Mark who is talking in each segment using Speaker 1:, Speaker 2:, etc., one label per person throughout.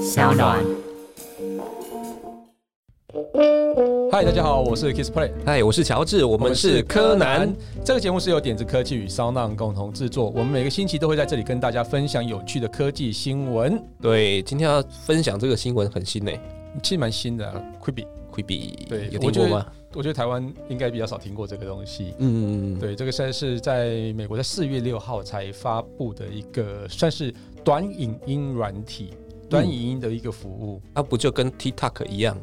Speaker 1: 小暖。
Speaker 2: 嗨，大家好，我是 Kiss Play，
Speaker 3: 嗨，我是乔治，我们是柯南。。
Speaker 2: 这个节目是由点子科技与骚浪共同制作，我们每个星期都会在这里跟大家分享有趣的科技新闻，
Speaker 3: 对，今天要分享这个新闻很新呢、
Speaker 2: 其实蛮新的、啊、，Quibi。
Speaker 3: Quibi，
Speaker 2: 对我
Speaker 3: 有听
Speaker 2: 觉得
Speaker 3: 过吗？
Speaker 2: 我觉得台湾应该比较少听过这个东西。
Speaker 3: 嗯，嗯嗯，
Speaker 2: 对，这个算是在美国在四月六号才发布的一个算是短影音软体、短影音的一个服务。
Speaker 3: 它、不就跟 TikTok 一样？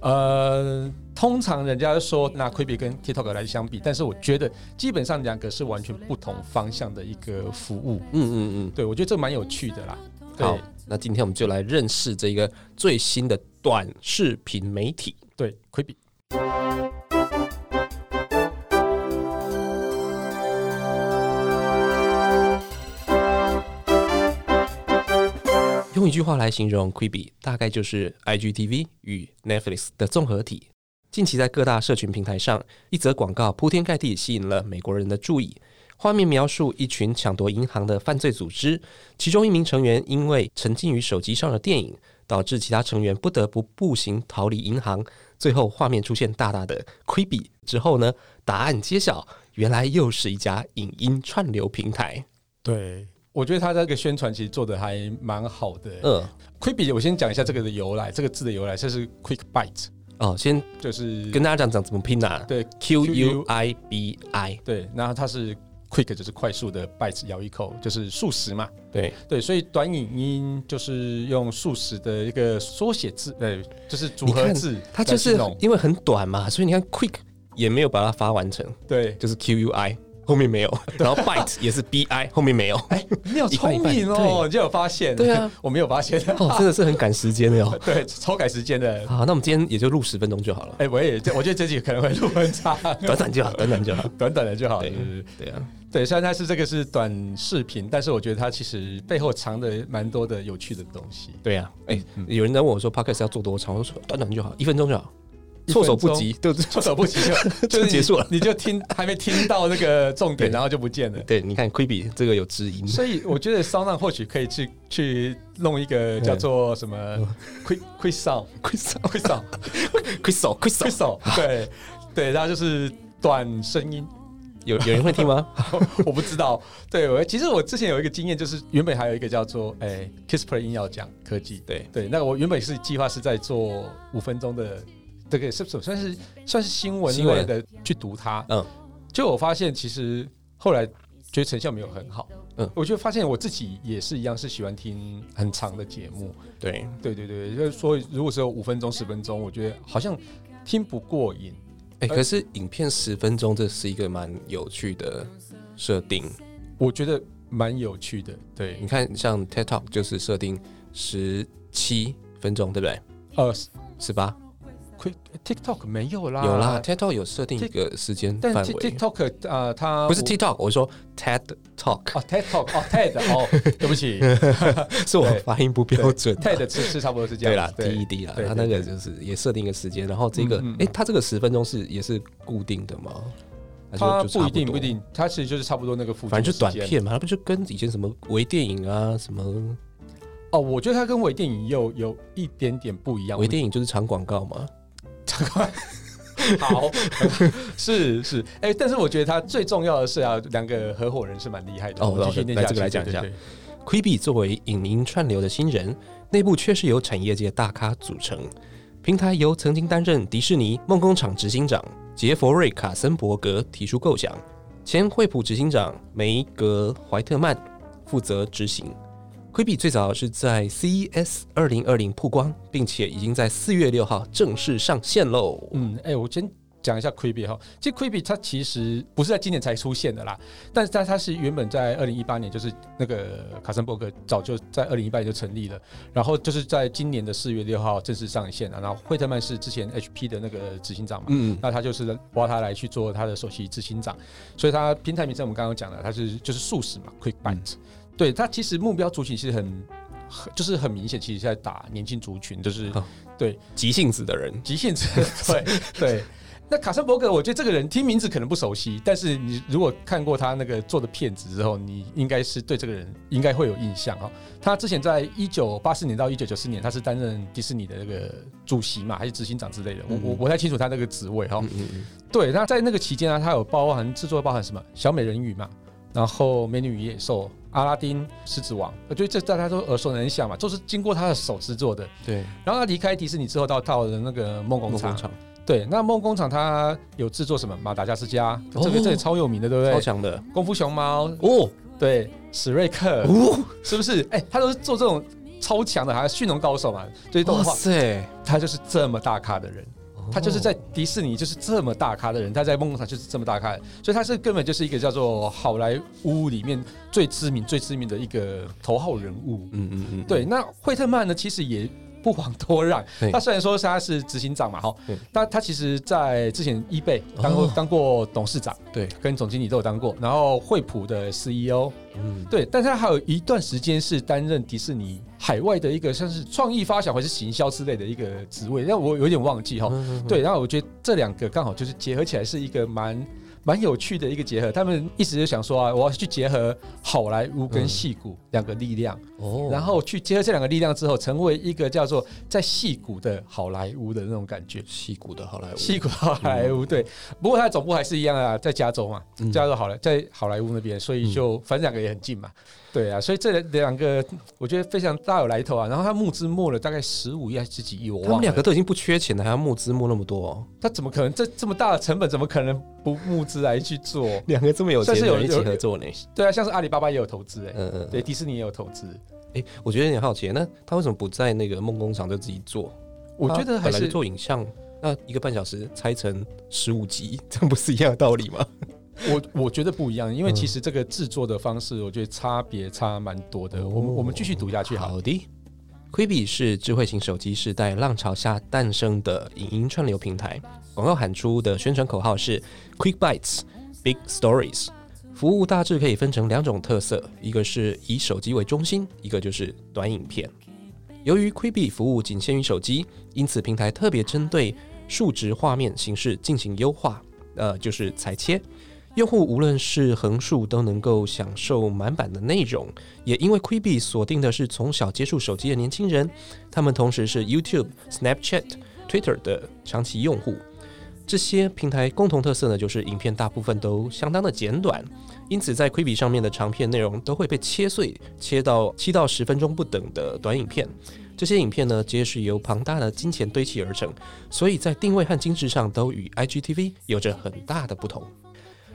Speaker 2: 呃，通常人家说拿 Quibi 跟 TikTok 来相比，但是我觉得基本上两个是完全不同方向的一个服务。
Speaker 3: 嗯嗯
Speaker 2: 对我觉得这蛮有趣的啦。
Speaker 3: 嗯。好
Speaker 2: 对，
Speaker 3: 那今天我们就来认识这个最新的短视频媒体。
Speaker 2: 对，Quibi。
Speaker 3: 用一句话来形容 Quibi，大概就是 IGTV 与 Netflix 的综合体。近期在各大社群平台上，一则广告铺天盖地吸引了美国人的注意。画面描述一群抢夺银行的犯罪组织，其中一名成员因为沉浸于手机上的电影，导致其他成员不得不步行逃离银行。最后，画面出现大大的 Quibi 之后呢，答案揭晓，原来又是一家影音串流平台。
Speaker 2: 对，我觉得他这个宣传其实做的还蛮好的。
Speaker 3: 嗯，
Speaker 2: Quibi，我先讲一下这个的由来，这个字的由来，这是 Quick Bite，
Speaker 3: 哦，先
Speaker 2: 就是
Speaker 3: 跟大家讲讲怎么拼啊。
Speaker 2: 对
Speaker 3: Q U I B I，
Speaker 2: 对，然后它是 Quick 就是快速的 Bite 咬一口，就是速食嘛。
Speaker 3: 对，
Speaker 2: 对，所以短影音就是用速食的一个缩写字，对，就是组
Speaker 3: 你
Speaker 2: 合
Speaker 3: 看
Speaker 2: 字来形容，
Speaker 3: 它就是因为很短嘛，所以你看 quick 也没有把它发完成，
Speaker 2: 对。
Speaker 3: 就是 Q U I 后面没有， 然后 bite 也是 B I 后面没有，
Speaker 2: 哎，你好
Speaker 3: 一半
Speaker 2: 聪
Speaker 3: 一半
Speaker 2: 明哦，你就有发现。
Speaker 3: 对啊，
Speaker 2: 我没有发现。
Speaker 3: 哦，真的是很赶时间的 哦。
Speaker 2: 对，超改时间的。
Speaker 3: 好，那我们今天也就录十分钟就好了，
Speaker 2: 哎，我也，这我觉得这集可能会录很长，
Speaker 3: 短短就好，短短就好。
Speaker 2: 短短的就好了。
Speaker 3: 对
Speaker 2: 是不是
Speaker 3: 对啊，
Speaker 2: 对，虽然它是这个是短视频，但是我觉得它其实背后藏的蛮多的有趣的东西。
Speaker 3: 对啊。哎，有人在问我说 podcast 要做多长，我说短短就好，一分钟就好，
Speaker 2: 一分钟
Speaker 3: 措手不及，对不对？
Speaker 2: 措手不 及就
Speaker 3: 就结束了
Speaker 2: 你，你就听还没听到那个重点，
Speaker 3: 对
Speaker 2: 然后就不见了。
Speaker 3: 对，你看 quibi 这个有知 音，
Speaker 2: 所以我觉得骚浪或许可以去去弄一个
Speaker 3: 嗯
Speaker 2: 叫做什么 quick quick sound
Speaker 3: quiz
Speaker 2: quick sound
Speaker 3: quiz quiz
Speaker 2: quick sound，对对，然后就是短声音，
Speaker 3: 有有人会听吗？
Speaker 2: 我不知道。对我其实我之前有一个经验，就是原本还有一个叫做哎、kiss play 音要讲科技，
Speaker 3: 对
Speaker 2: 对，那个我原本是计划是在做五分钟的。这个是不是算是算是新闻
Speaker 3: 新闻
Speaker 2: 类的去读它？
Speaker 3: 嗯，
Speaker 2: 就我发现其实后来觉得成效没有很好。
Speaker 3: 嗯
Speaker 2: 我就发现我自己也是一样，是喜欢听很长的节目。
Speaker 3: 对，
Speaker 2: 对对对，就是说如果是有五分钟、十分钟，我觉得好像听不过瘾。呃
Speaker 3: 哎、可是影片十分钟，这是一个蛮有趣的设定。
Speaker 2: 我觉得蛮有趣的。对
Speaker 3: 你，看，像 TED Talk 就是设定十七分钟，对不对？
Speaker 2: 呃
Speaker 3: 十八
Speaker 2: ，Quick TikTok 没有啦，
Speaker 3: 有啦、t e d Talk 有设定一个时间
Speaker 2: 呃但
Speaker 3: 范
Speaker 2: Tik-
Speaker 3: 围，
Speaker 2: TikTok 啊、呃，它
Speaker 3: 不是
Speaker 2: 我
Speaker 3: TikTok，我说 TED Talk，、
Speaker 2: 哦，TED Talk 哦，TED 哦， 对不起
Speaker 3: 是我
Speaker 2: 对
Speaker 3: 发音不标准。
Speaker 2: ，TED 是是差不多是这
Speaker 3: 对
Speaker 2: 样
Speaker 3: 啦
Speaker 2: 子，
Speaker 3: ，TED 啦，
Speaker 2: 对
Speaker 3: 它
Speaker 2: 对
Speaker 3: 那个
Speaker 2: 对
Speaker 3: 就是也设定一个时间，然后这个
Speaker 2: 嗯嗯，
Speaker 3: 哎，它这个十分钟是也是固定的吗？还是
Speaker 2: 它
Speaker 3: 就差
Speaker 2: 不一定
Speaker 3: 多
Speaker 2: 不一，定，它其实就是差不多那个附近，
Speaker 3: 反正就短片嘛，它不就跟以前什么微电影啊，什么
Speaker 2: 哦。我觉得它跟微电影有有一点点不一样，
Speaker 3: 微电影就是长广告嘛，
Speaker 2: 好， 是是，哎、但是我觉得他最重要的是啊，两个合伙人是蛮厉害的。
Speaker 3: 哦
Speaker 2: 我继续
Speaker 3: 来
Speaker 2: 念
Speaker 3: 来
Speaker 2: 下
Speaker 3: 这个
Speaker 2: 去
Speaker 3: 来讲一下
Speaker 2: 对对
Speaker 3: Quibi 作为影音串流的新人，内部却是由产业界大咖组成。平台由曾经担任迪士尼梦工厂执行长杰佛瑞·卡森伯格提出构想，前惠普执行长梅格·怀特曼负责执行。Quibi 最早是在 CES 二零二零曝光，并且已经在四月六号正式上线喽。
Speaker 2: 嗯，哎、我先讲一下 Quibi 哈，这 Quibi 它其实不是在今年才出现的啦，但是它它是原本在二零一八年，就是那个卡森伯格早就在二零一八年就成立了，然后就是在今年的四月六号正式上线了。然后惠特曼是之前 HP 的那个执行长嘛，
Speaker 3: 嗯，
Speaker 2: 那他就是挖他来去做他的首席执行长，所以他平台名称我们刚刚讲了，他是就是素食嘛，Quick Bite，、对他其实目标族群其实很。很就是很明显，其实在打年轻族群，就是
Speaker 3: 好
Speaker 2: 对
Speaker 3: 急性子的人，
Speaker 2: 急性子，对对。那卡森伯格，我觉得这个人听名字可能不熟悉，但是你如果看过他那个做的片子之后，你应该是对这个人应该会有印象哦。他之前在一九八四年到一九九四年，他是担任迪士尼的那个主席嘛，还是执行长之类的，我我我不太清楚他那个职位哈、哦。
Speaker 3: 嗯嗯嗯，
Speaker 2: 对，那在那个期间啊呢，他有包含制作包含什么小美人鱼嘛，然后美女与野兽、阿拉丁、狮子王，我觉得这大家都耳熟能详嘛，都是经过他的手制作的。
Speaker 3: 对，
Speaker 2: 然后他离开迪士尼之后，到到了那个梦工
Speaker 3: 梦
Speaker 2: 厂
Speaker 3: 工。厂
Speaker 2: 对，那梦工厂它有制作什么《马达加斯加》
Speaker 3: 哦
Speaker 2: 这个这也超有名的，对不
Speaker 3: 超
Speaker 2: 对？
Speaker 3: 强的
Speaker 2: 功夫熊猫，
Speaker 3: 哦
Speaker 2: 对，史瑞克，
Speaker 3: 哦，
Speaker 2: 是不是？哎、他都是做这种超强的，还有驯龙高手嘛，这些动
Speaker 3: 哇
Speaker 2: 画，
Speaker 3: 塞，哦
Speaker 2: 他就是这么大咖的人。他就是在迪士尼就是这么大咖的人，他在梦工厂就是这么大咖的，所以他是根本就是一个叫做好莱坞里面最知名、最知名的一个头号人物。
Speaker 3: 嗯嗯嗯，
Speaker 2: 对，那惠特曼呢，其实也不遑多让
Speaker 3: 对。
Speaker 2: 他虽然说是他是执行长嘛，哈
Speaker 3: 对，
Speaker 2: 但他其实在之前 eBay 当过、
Speaker 3: 哦
Speaker 2: 当过董事长，
Speaker 3: 对，
Speaker 2: 跟总经理都有当过，然后惠普的 CEO，
Speaker 3: 嗯
Speaker 2: 对，但是他还有一段时间是担任迪士尼海外的一个像是创意发想或是行销之类的一个职位，但我有点忘记哈。
Speaker 3: 嗯
Speaker 2: 对，然后我觉得这两个刚好就是结合起来是一个蛮。蛮有趣的一个结合，他们一直就想说啊，我要去结合好莱坞跟
Speaker 3: 嗯
Speaker 2: 戏骨两个力量，
Speaker 3: 哦，
Speaker 2: 然后去结合这两个力量之后，成为一个叫做在戏骨的好莱坞的那种感觉。
Speaker 3: 戏骨的好莱坞，
Speaker 2: 戏骨好莱坞对，不过它的总部还是一样啊，在加州嘛，
Speaker 3: 嗯
Speaker 2: 加州好莱在好莱坞那边，所以就反正两个也很近嘛，对啊，所以这两个我觉得非常大有来头啊。然后他募资募了大概十五亿还是十几亿，我
Speaker 3: 他们
Speaker 2: 忘
Speaker 3: 两
Speaker 2: 了
Speaker 3: 个。都已经不缺钱了，还要募资募那么多、哦，
Speaker 2: 他怎么可能这这么大的成本，怎么可能不募资来去做？
Speaker 3: 两个这么有钱
Speaker 2: 算是
Speaker 3: 的
Speaker 2: 有
Speaker 3: 人一起
Speaker 2: 有
Speaker 3: 合作呢？
Speaker 2: 对啊，像是阿里巴巴也有投资哎、
Speaker 3: 嗯嗯，
Speaker 2: 对，迪士尼也有投资，
Speaker 3: 哎、我觉得有点好奇，那他为什么不在那个梦工厂就自己做？
Speaker 2: 我觉得
Speaker 3: 他
Speaker 2: 还
Speaker 3: 本来就是做影像，那一个半小时拆成十五集，这样不是一样的道理吗？
Speaker 2: 我我觉得不一样，因为
Speaker 3: 嗯
Speaker 2: 其实这个制作的方式，我觉得差别差蛮多的。
Speaker 3: 哦
Speaker 2: 我们我们继续读下去好了。
Speaker 3: 好的。Quibi 是智慧型手机时代浪潮下诞生的影音串流平台。广告喊出的宣传口号是 “Quick Bites, Big Stories”。服务大致可以分成两种特色，一个是以手机为中心，一个就是短影片。由于 Quibi 服务仅限于手机，因此平台特别针对数值画面形式进行优化，呃，就是裁切。用户无论是横竖都能够享受满版的内容。也因为 Quibi 锁定的是从小接触手机的年轻人，他们同时是 YouTube、Snapchat、Twitter 的长期用户。这些平台共同特色呢，就是影片大部分都相当的简短，因此在 Quibi 上面的长片内容都会被切碎，切到七到十分钟不等的短影片。这些影片呢，皆是由庞大的金钱堆砌而成，所以在定位和精致上都与 IGTV 有着很大的不同。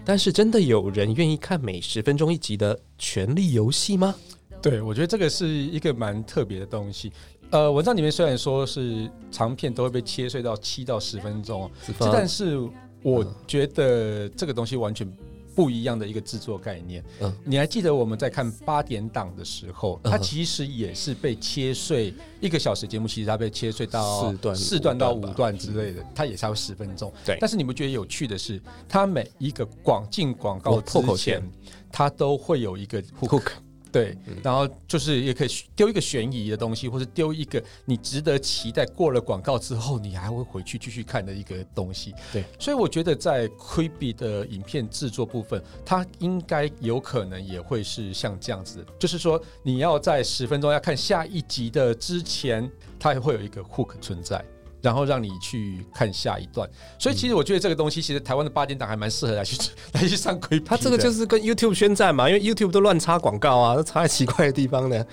Speaker 3: 但是，真的有人愿意看每十分钟一集的《权力游戏》吗？
Speaker 2: 对，我觉得这个是一个蛮特别的东西。呃，文章里面虽然说是长片都会被切碎到七到十分钟哦，
Speaker 3: 嗯
Speaker 2: 这但是我觉得这个东西完全不一样的一个制作概念。
Speaker 3: 嗯
Speaker 2: 你还记得我们在看八点档的时候，
Speaker 3: 嗯
Speaker 2: 它
Speaker 3: 哼
Speaker 2: 其实也是被切碎一个小时节目，其实它被切碎到
Speaker 3: 四段
Speaker 2: 四段到
Speaker 3: 五段
Speaker 2: 五
Speaker 3: 吧
Speaker 2: 段之类的，它也才有十分钟。
Speaker 3: 对
Speaker 2: 但是你不觉得有趣的是，它每一个广进广告
Speaker 3: 有破口
Speaker 2: 之前
Speaker 3: 前，
Speaker 2: 它都会有一个
Speaker 3: Hook
Speaker 2: 对
Speaker 3: 嗯，
Speaker 2: 然后就是也可以丢一个悬疑的东西，或是丢一个你值得期待过了广告之后，你还会回去继续看的一个东西。
Speaker 3: 对，
Speaker 2: 所以我觉得在 Quibi 的影片制作部分，它应该有可能也会是像这样子，就是说你要在十分钟要看下一集的之前，它会有一个 hook 存在。然后让你去看下一段，所以其实我觉得这个东西，其实台湾的八点档还蛮适合来去 来去上 Quibi 的。
Speaker 3: 它这个就是跟 YouTube 宣战嘛，因为 YouTube 都乱插广告啊，都插在奇怪的地方 呢。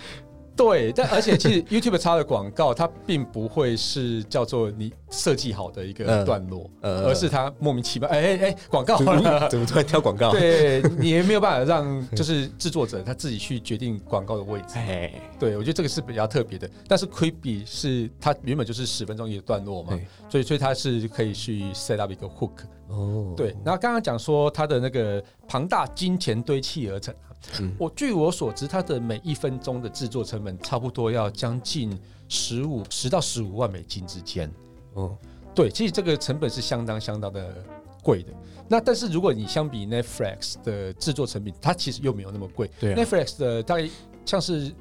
Speaker 2: 对，但而且其实 YouTube 插的广告，它并不会是叫做你设计好的一个
Speaker 3: 嗯
Speaker 2: 段落，
Speaker 3: 呃
Speaker 2: 而是它莫名其妙，哎哎哎，广告
Speaker 3: 怎
Speaker 2: 了
Speaker 3: 么怎么突然跳广告？，
Speaker 2: 对，你也没有办法让就是制作者他自己去决定广告的位置。
Speaker 3: 哎，
Speaker 2: 对，我觉得这个是比较特别的。但是 Creepy 是它原本就是十分钟一个段落嘛
Speaker 3: 对，
Speaker 2: 所以所以它是可以去 set up 一个 hook。
Speaker 3: 哦，
Speaker 2: 对，然后刚刚讲说它的那个庞大金钱堆砌而成，
Speaker 3: 嗯
Speaker 2: 我据我所知，它的每一分钟的制作成本差不多要将近十五十到十五万美金之间。
Speaker 3: 哦，
Speaker 2: 对，其实这个成本是相当相当的贵的。那但是如果你相比 Netflix 的制作成本，它其实又没有那么贵。
Speaker 3: 对啊
Speaker 2: Netflix 的大概像是。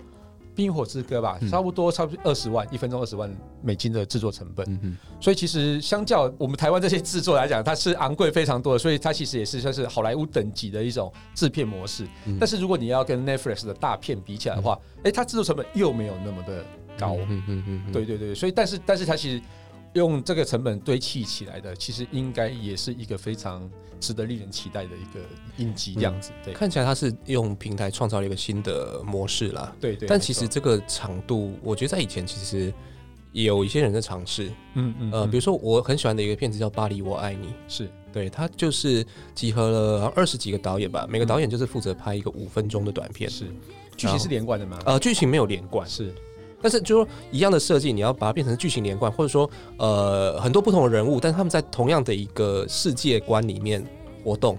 Speaker 2: 冰与火之歌》吧，
Speaker 3: 嗯
Speaker 2: 差不多差不多二十万，一分钟二十万美金的制作成本。
Speaker 3: 嗯哼，
Speaker 2: 所以其实相较我们台湾这些制作来讲，它是昂贵非常多的，所以它其实也是算是好莱坞等级的一种制片模式。
Speaker 3: 嗯
Speaker 2: 但是如果你要跟 Netflix 的大片比起来的话，哎、它制作成本又没有那么的高。
Speaker 3: 嗯嗯嗯，
Speaker 2: 对对对，所以但是但是它其实用这个成本堆砌起来的，其实应该也是一个非常值得令人期待的一个印记这样子。对
Speaker 3: 看起来它是用平台创造了一个新的模式啦。
Speaker 2: 对对，
Speaker 3: 但
Speaker 2: 没
Speaker 3: 其
Speaker 2: 错
Speaker 3: 实这个长度，我觉得在以前其实也有一些人在尝试。
Speaker 2: 嗯嗯
Speaker 3: 呃，比
Speaker 2: 如
Speaker 3: 如说我很喜欢的一个片子叫《巴黎我爱你》，
Speaker 2: 是
Speaker 3: 对，它就是集合了二十几个导演吧，
Speaker 2: 嗯
Speaker 3: 每个导演就是负责拍一个五分钟的短片，
Speaker 2: 是，剧情是连贯的吗？
Speaker 3: 呃，剧情没有连贯，
Speaker 2: 是
Speaker 3: 但是就说一样的设计，你要把它变成剧情连贯，或者说呃很多不同的人物，但是他们在同样的一个世界观里面活动，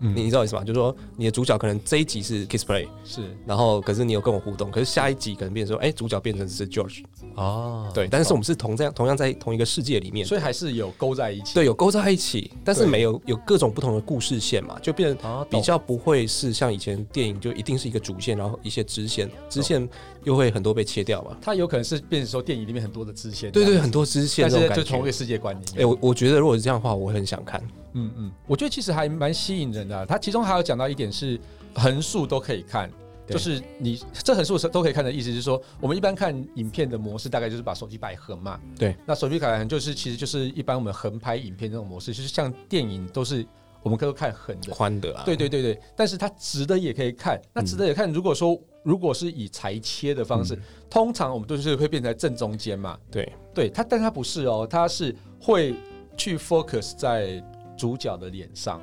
Speaker 2: 嗯
Speaker 3: 你知道我意思吗？就是说你的主角可能这一集是 Kiss Play，
Speaker 2: 是
Speaker 3: 然后可是你有跟我互动，可是下一集可能变成说，哎、主角变成是 George，
Speaker 2: 哦，
Speaker 3: 对，但是我们是同在同样在同一个世界里面，
Speaker 2: 所以还是有勾在一起。
Speaker 3: 对，有勾在一起，但是
Speaker 2: 对
Speaker 3: 没有有各种不同的故事线嘛，就变成
Speaker 2: 啊，
Speaker 3: 比较不会是像以前电影就一定是一个主线，然后一些支线，支线又会很多被切掉嘛。
Speaker 2: 它有可能是变成说电影里面很多的支线，
Speaker 3: 对
Speaker 2: 这
Speaker 3: 对，
Speaker 2: 样
Speaker 3: 很
Speaker 2: 子，
Speaker 3: 多支线
Speaker 2: 但
Speaker 3: 这种
Speaker 2: 是
Speaker 3: 感
Speaker 2: 就同一
Speaker 3: 觉
Speaker 2: 个。世界观里
Speaker 3: 哎、
Speaker 2: 面。
Speaker 3: 我我觉得如果是这样的话，我会很想看。
Speaker 2: 嗯嗯，我觉得其实还蛮吸引人的啊、它其中还有讲到一点是横竖都可以看。
Speaker 3: 对
Speaker 2: 就是你这横竖是都可以看的意思是说，我们一般看影片的模式大概就是把手机摆横嘛。
Speaker 3: 对。
Speaker 2: 那手机摆横就是其实就是一般我们横拍影片这种模式，就是像电影都是我们都看横的。
Speaker 3: 宽的啦，啊
Speaker 2: 对对对对，但是它直的也可以看，那直的也看。如果说如果是以裁切的方式，通常我们都是会变成在正中间嘛。
Speaker 3: 对，
Speaker 2: 对它，但它不是哦，它是会去 focus 在主角的脸上。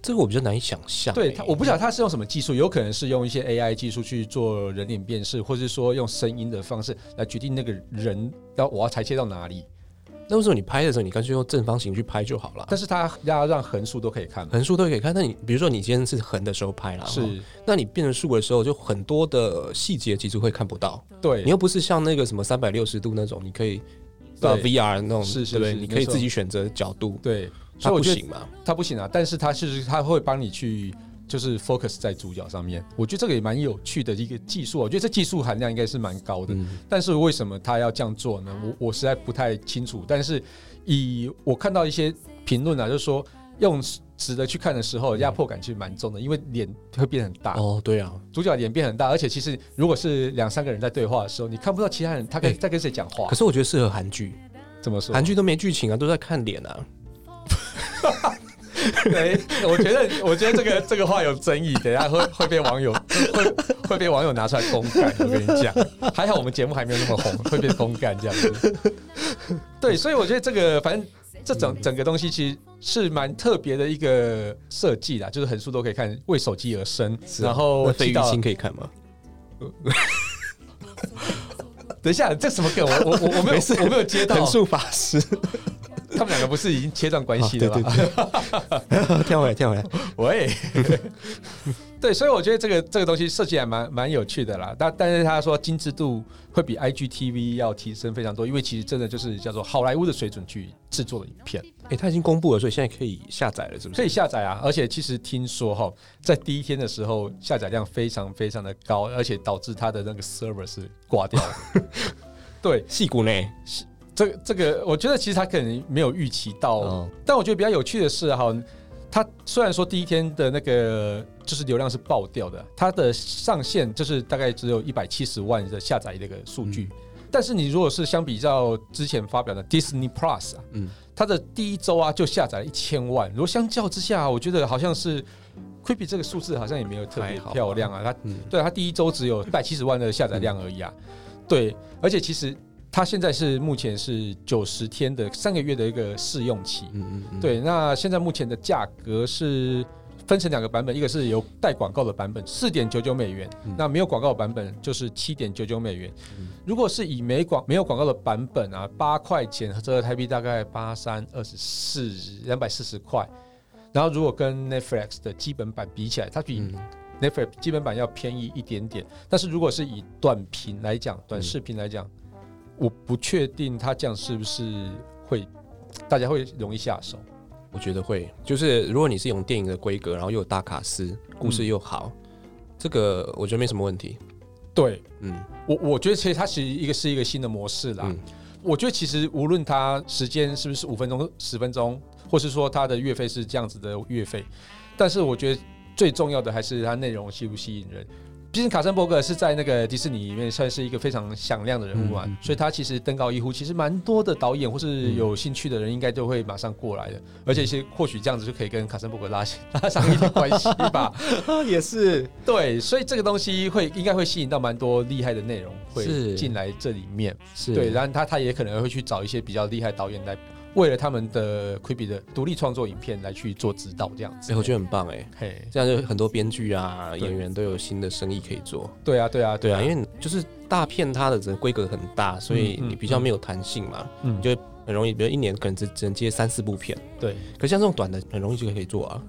Speaker 3: 这个我比较难以想象、
Speaker 2: 对
Speaker 3: 哎
Speaker 2: 它，我不晓得它是用什么技术，有可能是用一些 AI 技术去做人脸辨识，或是说用声音的方式来决定那个人要我要裁切到哪里。
Speaker 3: 那为什么你拍的时候，你干脆用正方形去拍就好了？啊
Speaker 2: 但是它要让横竖都可以看嘛，
Speaker 3: 横竖都可以看。那你比如说你今天是横的时候拍啦，哦，
Speaker 2: 是
Speaker 3: 那你变成竖的时候，就很多的细节其实会看不到。
Speaker 2: 对
Speaker 3: 你，又不是像那个什么三百六十度那种，你可以呃
Speaker 2: 对
Speaker 3: VR 那种，
Speaker 2: 是是
Speaker 3: 对不对？
Speaker 2: 是
Speaker 3: 你可以
Speaker 2: 没错
Speaker 3: 自己选择角度，
Speaker 2: 对，
Speaker 3: 它
Speaker 2: 所以我
Speaker 3: 不
Speaker 2: 觉得
Speaker 3: 行嘛？
Speaker 2: 它不行啊，但是它就是它会帮你去。就是 focus 在主角上面，我觉得这个也蛮有趣的一个技术啊，我觉得这技术含量应该是蛮高的。
Speaker 3: 嗯，
Speaker 2: 但是为什么他要这样做呢？我我实在不太清楚。但是以我看到一些评论啊，就是说用直的去看的时候，压迫感其实蛮重的，因为脸会变很大，
Speaker 3: 嗯哦，对啊，
Speaker 2: 主角脸变很大，而且其实如果是两三个人在对话的时候，你看不到其他人他跟
Speaker 3: 哎
Speaker 2: 在跟谁讲话
Speaker 3: 可。是我觉得适合韩剧，
Speaker 2: 怎么说？
Speaker 3: 韩剧都没剧情啊，都在看脸啊。
Speaker 2: 对，我觉得我觉得这个这个话有争议，等一下会会被网友会会被网友拿出来公干。我跟你讲，还好我们节目还没有那么红，会被公干这样子。对，所以我觉得这个反正这整整个东西其实是蛮特别的一个设计啦，就是横竖都可以看，为手机而生。
Speaker 3: 是啊
Speaker 2: 然后
Speaker 3: 那费
Speaker 2: 提
Speaker 3: 玉
Speaker 2: 到
Speaker 3: 清可以看吗？
Speaker 2: 等一下，这什么梗？我我我我没
Speaker 3: 没事
Speaker 2: 有我没有接到
Speaker 3: 横，竖法师，
Speaker 2: 他们两个不是已经切断关系了吗？
Speaker 3: 啊对对 对跳回来，跳回来。
Speaker 2: 喂， 对，所以我觉得这个这个东西设计还蛮蛮有趣的啦。但但是他说精致度会比 IGTV 要提升非常多，因为其实真的就是叫做好莱坞的水准去制作的影片，
Speaker 3: 哎、他已经公布了，所以现在可以下载了，是不
Speaker 2: 可
Speaker 3: 是？
Speaker 2: 以下载啊。而且其实听说哈，在第一天的时候下载量非常非常的高，而且导致它的那个 server 是挂掉了。 对，
Speaker 3: 戏骨呢？
Speaker 2: 这个这个，我觉得其实他可能没有预期到，
Speaker 3: 哦
Speaker 2: 但我觉得比较有趣的是哈，它虽然说第一天的那个就是流量是爆掉的，它的上限就是大概只有一百七十万的下载那个数据，
Speaker 3: 嗯
Speaker 2: 但是你如果是相比较之前发表的 Disney Plus 啊，
Speaker 3: 嗯
Speaker 2: 它的第一周啊就下载了一千万，如果相较之下，我觉得好像是 q u i p y 这个数字好像也没有特别
Speaker 3: 还好吧
Speaker 2: 漂亮啊，它
Speaker 3: 嗯，
Speaker 2: 对啊，它第一周只有一百七十万的下载量而已啊。对，而且其实它现在是目前是九十天的三个月的一个试用期。
Speaker 3: 嗯嗯嗯，
Speaker 2: 对，那现在目前的价格是分成两个版本，一个是有带广告的版本，四点九九美元；
Speaker 3: 嗯
Speaker 2: 那没有广告的版本就是七点九九美元
Speaker 3: 嗯。
Speaker 2: 如果是以没广没有广告的版本啊，八块钱折合台币大概八三二十四两百四十块。然后如果跟 Netflix 的基本版比起来，它比
Speaker 3: 嗯，
Speaker 2: Netflix 基本版要便宜一点点，但是如果是以短频来讲，短
Speaker 3: 嗯
Speaker 2: 视频来讲，我不确定它这样是不是会大家会容易下手。
Speaker 3: 我觉得会，就是如果你是用嗯电影的规格，然后又有大卡司，故事又好，这个我觉得没什么问题。
Speaker 2: 对
Speaker 3: 嗯
Speaker 2: 我，我觉得其实它是一个是一个新的模式啦。
Speaker 3: 嗯
Speaker 2: 我觉得其实无论它时间是不是五分钟、十分钟，或是说它的月费是这样子的月费，但是我觉得最重要的还是它内容吸不吸引人。毕竟卡森伯格是在那个迪士尼里面算是一个非常响亮的人物啊，
Speaker 3: 嗯嗯嗯
Speaker 2: 所以他其实登高一呼，其实蛮多的导演或是有兴趣的人应该都会马上过来的，
Speaker 3: 嗯
Speaker 2: 而且是或许这样子就可以跟卡森伯格拉拉上一点关系吧。
Speaker 3: 啊也是
Speaker 2: 对，所以这个东西会应该会吸引到蛮多厉害的内容
Speaker 3: 是
Speaker 2: 会进来这里面。
Speaker 3: 是
Speaker 2: 对，然后他他也可能会去找一些比较厉害导演来，为了他们的 Creepy 的独立创作影片来去做指导这样子。
Speaker 3: 哎，我觉得很棒哎、
Speaker 2: 嘿，
Speaker 3: 这样就很多编剧啊、
Speaker 2: 对
Speaker 3: 演员都有新的生意可以做。
Speaker 2: 对啊，对啊，
Speaker 3: 对
Speaker 2: 对
Speaker 3: 啊，
Speaker 2: 啊，
Speaker 3: 因为就是大片它的整个规格很大，所以
Speaker 2: 嗯嗯
Speaker 3: 你比较没有弹性嘛，
Speaker 2: 嗯
Speaker 3: 你就很容易，比如一年可能只只能接三四部片。
Speaker 2: 对
Speaker 3: 可像这种短的，很容易就可以做啊。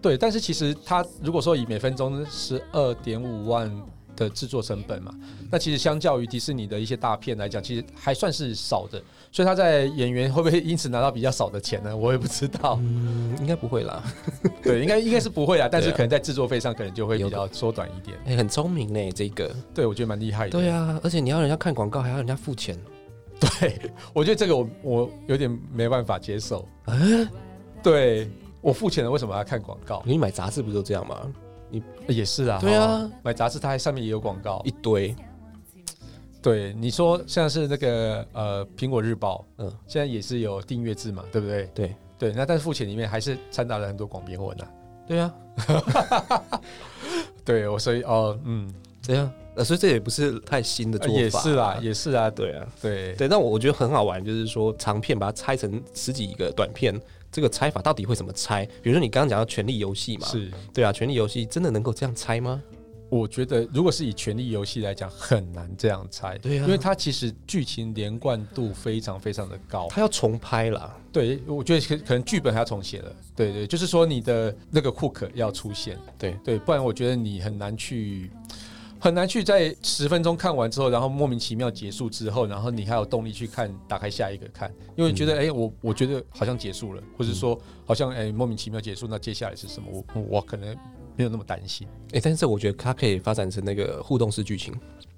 Speaker 2: 对，但是其实他如果说以每分钟十二点五万的制作成本嘛，
Speaker 3: 嗯
Speaker 2: 那其实相较于迪士尼的一些大片来讲，其实还算是少的，所以他在演员会不会因此拿到比较少的钱呢？我也不知道，
Speaker 3: 嗯，应该不会啦。
Speaker 2: 对，应该应该是不会啦，但是
Speaker 3: 对啊
Speaker 2: 可能在制作费上可能就会
Speaker 3: 有
Speaker 2: 比
Speaker 3: 可
Speaker 2: 较缩短一点。
Speaker 3: 哎、很聪明呢，这个。
Speaker 2: 对，我觉得蛮厉害的。
Speaker 3: 对啊，而且你要人家看广告，还要人家付钱。
Speaker 2: 对，我觉得这个我我有点没办法接受。
Speaker 3: 啊
Speaker 2: 对我付钱了，为什么要看广告？
Speaker 3: 你买杂志不就这样吗？
Speaker 2: 也是啊，
Speaker 3: 对啊
Speaker 2: 哦，买杂志它还上面也有广告
Speaker 3: 一。堆。
Speaker 2: 对，你说像是那个呃《苹果日报》，嗯
Speaker 3: 嗯，
Speaker 2: 现在也是有订阅制嘛，对不对？
Speaker 3: 对
Speaker 2: 对，那但是付钱里面还是掺杂了很多广编文啊。
Speaker 3: 对啊，
Speaker 2: 对，我所以哦，嗯，
Speaker 3: 对啊。呃，所以这也不是太新的
Speaker 2: 呃
Speaker 3: 做法。
Speaker 2: 也是啦，也是啊，对
Speaker 3: 对啊。
Speaker 2: 对
Speaker 3: 对，但我我觉得很好玩，就是说长片把它拆成十几个短片，这个拆法到底会怎么拆？比如说你刚刚讲到《权力游戏》嘛，
Speaker 2: 是。
Speaker 3: 对啊，《权力游戏》真的能够这样拆吗？
Speaker 2: 我觉得，如果是以《权力游戏》来讲，很难这样猜，
Speaker 3: 对啊
Speaker 2: 因为它其实剧情连贯度非常非常的高，
Speaker 3: 它要重拍啦，
Speaker 2: 对，我觉得可可能剧本还要重写了。对对，就是说你的那个库克要出现，
Speaker 3: 对
Speaker 2: 对，不然我觉得你很难去很难去在十分钟看完之后，然后莫名其妙结束之后，然后你还有动力去看打开下一个看，因为觉
Speaker 3: 嗯
Speaker 2: 得哎、诶我我觉得好像结束了，或者说好像哎、诶莫名其妙结束，那接下来是什么？我我可能没有那么担心。
Speaker 3: 哎、但是我觉得它可以发展成那个互动式剧情，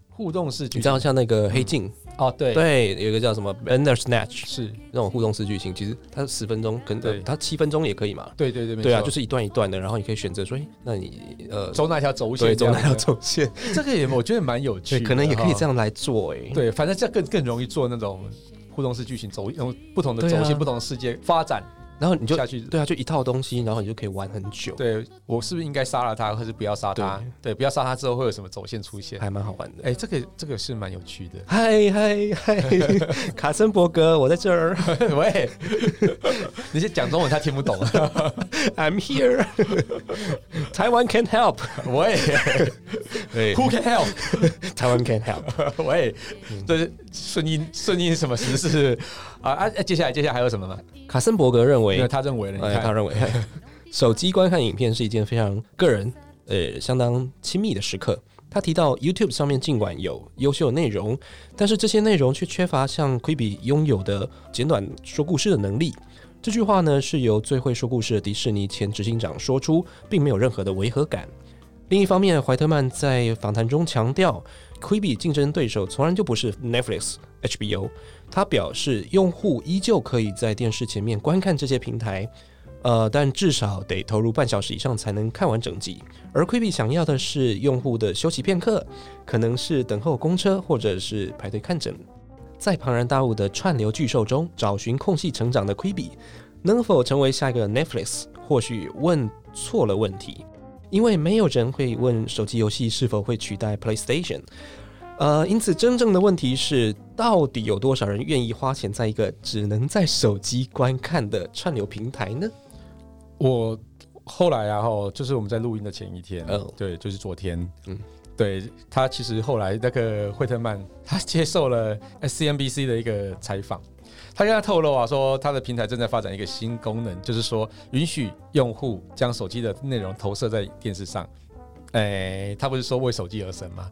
Speaker 2: 互动式剧
Speaker 3: 你知道像那个黑镜，
Speaker 2: 哦，对
Speaker 3: 对，有一个叫什么《Banner Snatch》
Speaker 2: 是，
Speaker 3: 那种互动式剧情，其实它十分钟，可能
Speaker 2: 对
Speaker 3: 呃它七分钟也可以嘛。
Speaker 2: 对对对，没
Speaker 3: 对啊，
Speaker 2: 错
Speaker 3: 就是一段一段的，然后你可以选择说，哎、那你呃，
Speaker 2: 走哪条轴线
Speaker 3: 对，
Speaker 2: 这
Speaker 3: 走
Speaker 2: 样
Speaker 3: 哪
Speaker 2: 子？
Speaker 3: 条走线，
Speaker 2: 这个也我觉得蛮有趣
Speaker 3: 对，
Speaker 2: 的，
Speaker 3: 可能也可以
Speaker 2: 哈
Speaker 3: 这样来做、诶。哎，
Speaker 2: 对，啊反正这更更容易做那种互动式剧情，走用不同的
Speaker 3: 对
Speaker 2: 轴
Speaker 3: 啊
Speaker 2: 线、不同的世界发展
Speaker 3: 然后你就
Speaker 2: 下去。
Speaker 3: 对啊，就一套东西，然后你就可以玩很久，
Speaker 2: 对我是不是应该杀了他，或是不要杀他？对，不要杀他之后会有什么走线出现？
Speaker 3: 还蛮好玩的。。
Speaker 2: 哎，这个这个是蛮有趣的
Speaker 3: 嗨嗨嗨， 卡森伯格，我在这 儿
Speaker 2: 喂，你是讲中文他听不 懂。
Speaker 3: ，I'm here，台湾 can help，
Speaker 2: 喂
Speaker 3: 对
Speaker 2: ，Who can help？嗯
Speaker 3: 台湾 can help，
Speaker 2: 喂，这是顺应顺应什么时事 啊啊？接下来接下来还有什么吗？
Speaker 3: 卡森伯格认
Speaker 2: 因为
Speaker 3: 为，
Speaker 2: 他认为了，你
Speaker 3: 哎，他
Speaker 2: 看，
Speaker 3: 认为 手机观看影片是一件非常个人，呃，相当亲密的时刻。他提到 YouTube 上面尽管有优秀内容，但是这些内容却缺乏像 Quibi 拥有的简短说故事的能力。这句话呢是由最会说故事的迪士尼前执行长说出，并没有任何的违和感。另一方面，怀特曼在访谈中强调，Quibi 竞争对手从来就不是 Netflix、HBO。他表示，用户依旧可以在电视前面观看这些平台，呃，但至少得投入半小时以上才能看完整集。而 Quibi 想要的是用户的休息片刻，可能是等候公车或者是排队看诊。在庞然大物的串流巨兽中找寻空隙成长的 Quibi，能否成为下一个 Netflix？或许问错了问题，因为没有人会问手机游戏是否会取代 PlayStation。呃，因此真正的问题是，到底有多少人愿意花钱在一个只能在手机观看的串流平台呢？
Speaker 2: 我后来啊，吼，就是我们在录音的前一天，
Speaker 3: 哦
Speaker 2: 对，就是昨天，嗯
Speaker 3: 嗯，
Speaker 2: 对他其实后来那个惠特曼， 他接受了呃 CNBC 的一个采访，他跟他透露啊，说他的平台正在发展一个新功能，就是说允许用户将手机的内容投射在电视上。哎、他不是说为手机而生吗？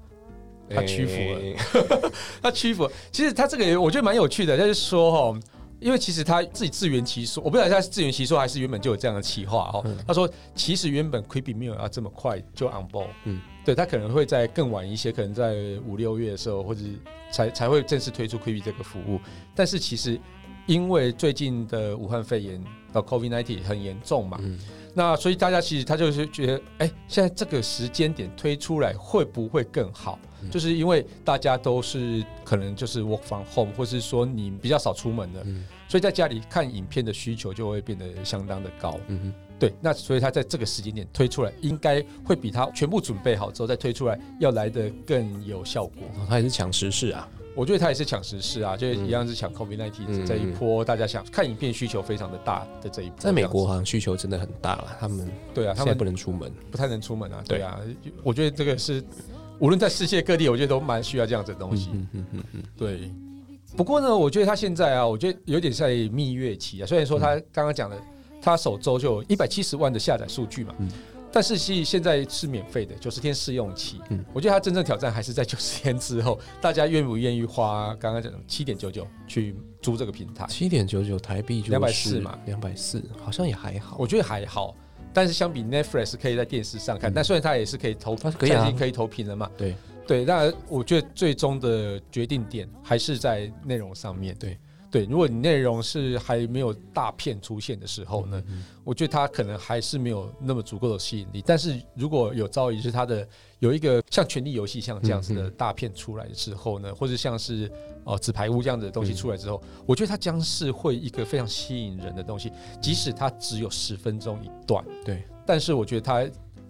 Speaker 2: 他屈服了
Speaker 3: 诶哎
Speaker 2: 他屈服。其实他这个也我觉得蛮有趣的，就是说哦，因为其实他自己自圆其说，我不知道他是自圆其说还是原本就有这样的企划哦。
Speaker 3: 嗯
Speaker 2: 他说，其实原本 Creepy 没有要这么快就 on board，
Speaker 3: 嗯
Speaker 2: 嗯，对他可能会在更晚一些，可能在五六月的时候，或者是才才会正式推出 Creepy 这个服务。但是其实因为最近的武汉肺炎呃 COVID 1 9很严重嘛，
Speaker 3: 嗯
Speaker 2: 那所以大家其实他就是觉得，哎、现在这个时间点推出来会不会更好？
Speaker 3: 嗯
Speaker 2: 就是因为大家都是可能就是 work from home，或是说你比较少出门的，
Speaker 3: 嗯
Speaker 2: 所以在家里看影片的需求就会变得相当的高。
Speaker 3: 嗯哼
Speaker 2: 对，那所以他在这个时间点推出来，应该会比他全部准备好之后再推出来要来的更有效果。
Speaker 3: 哦他也是抢时事啊，
Speaker 2: 我觉得他也是抢时事啊，就是一样是抢 COVID
Speaker 3: 嗯
Speaker 2: 19这一波，大家想看影片需求非常的大的这一波。
Speaker 3: 在美国，好像需求真的很大了，他们
Speaker 2: 对啊，他
Speaker 3: 现在
Speaker 2: 们
Speaker 3: 不能出门，
Speaker 2: 不太能出门啊。对啊，我觉得这个是无论在世界各地，我觉得都蛮需要这样子的东西。
Speaker 3: 嗯嗯嗯嗯
Speaker 2: 对。不过呢，我觉得他现在啊，我觉得有点在蜜月期啊。虽然说他
Speaker 3: 嗯
Speaker 2: 刚刚讲的，他首周就有一百七十万的下载数据嘛，
Speaker 3: 嗯
Speaker 2: 但是其实现在是免费的，九十天试用期。
Speaker 3: 嗯
Speaker 2: 我觉得他真正挑战还是在 九十天之后，大家愿不愿意花刚刚讲七点九九去租这个平台
Speaker 3: 嗯，？七点九九台币就是
Speaker 2: 240嘛，
Speaker 3: 两百四好像也还好
Speaker 2: 我，觉得还好。但是相比 Netflix 可以在电视上看，
Speaker 3: 嗯
Speaker 2: 但虽然它也是可以投，
Speaker 3: 它是可以啊
Speaker 2: 它已经可以投屏了嘛。
Speaker 3: 对
Speaker 2: 对，那我觉得最终的决定点还是在内容上面。
Speaker 3: 对
Speaker 2: 对，如果你内容是还没有大片出现的时候呢，
Speaker 3: 嗯
Speaker 2: 我觉得它可能还是没有那么足够的吸引力。但是如果有朝一日它的有一个像《权力游戏》像这样子
Speaker 3: 嗯
Speaker 2: 的大片出来之后呢，或者像是哦《纸牌屋》这样子的
Speaker 3: 嗯
Speaker 2: 东西出来之后，我觉得它将是会一个非常吸引人的东西，即使它只有十分钟一段。
Speaker 3: 对，
Speaker 2: 但是我觉得它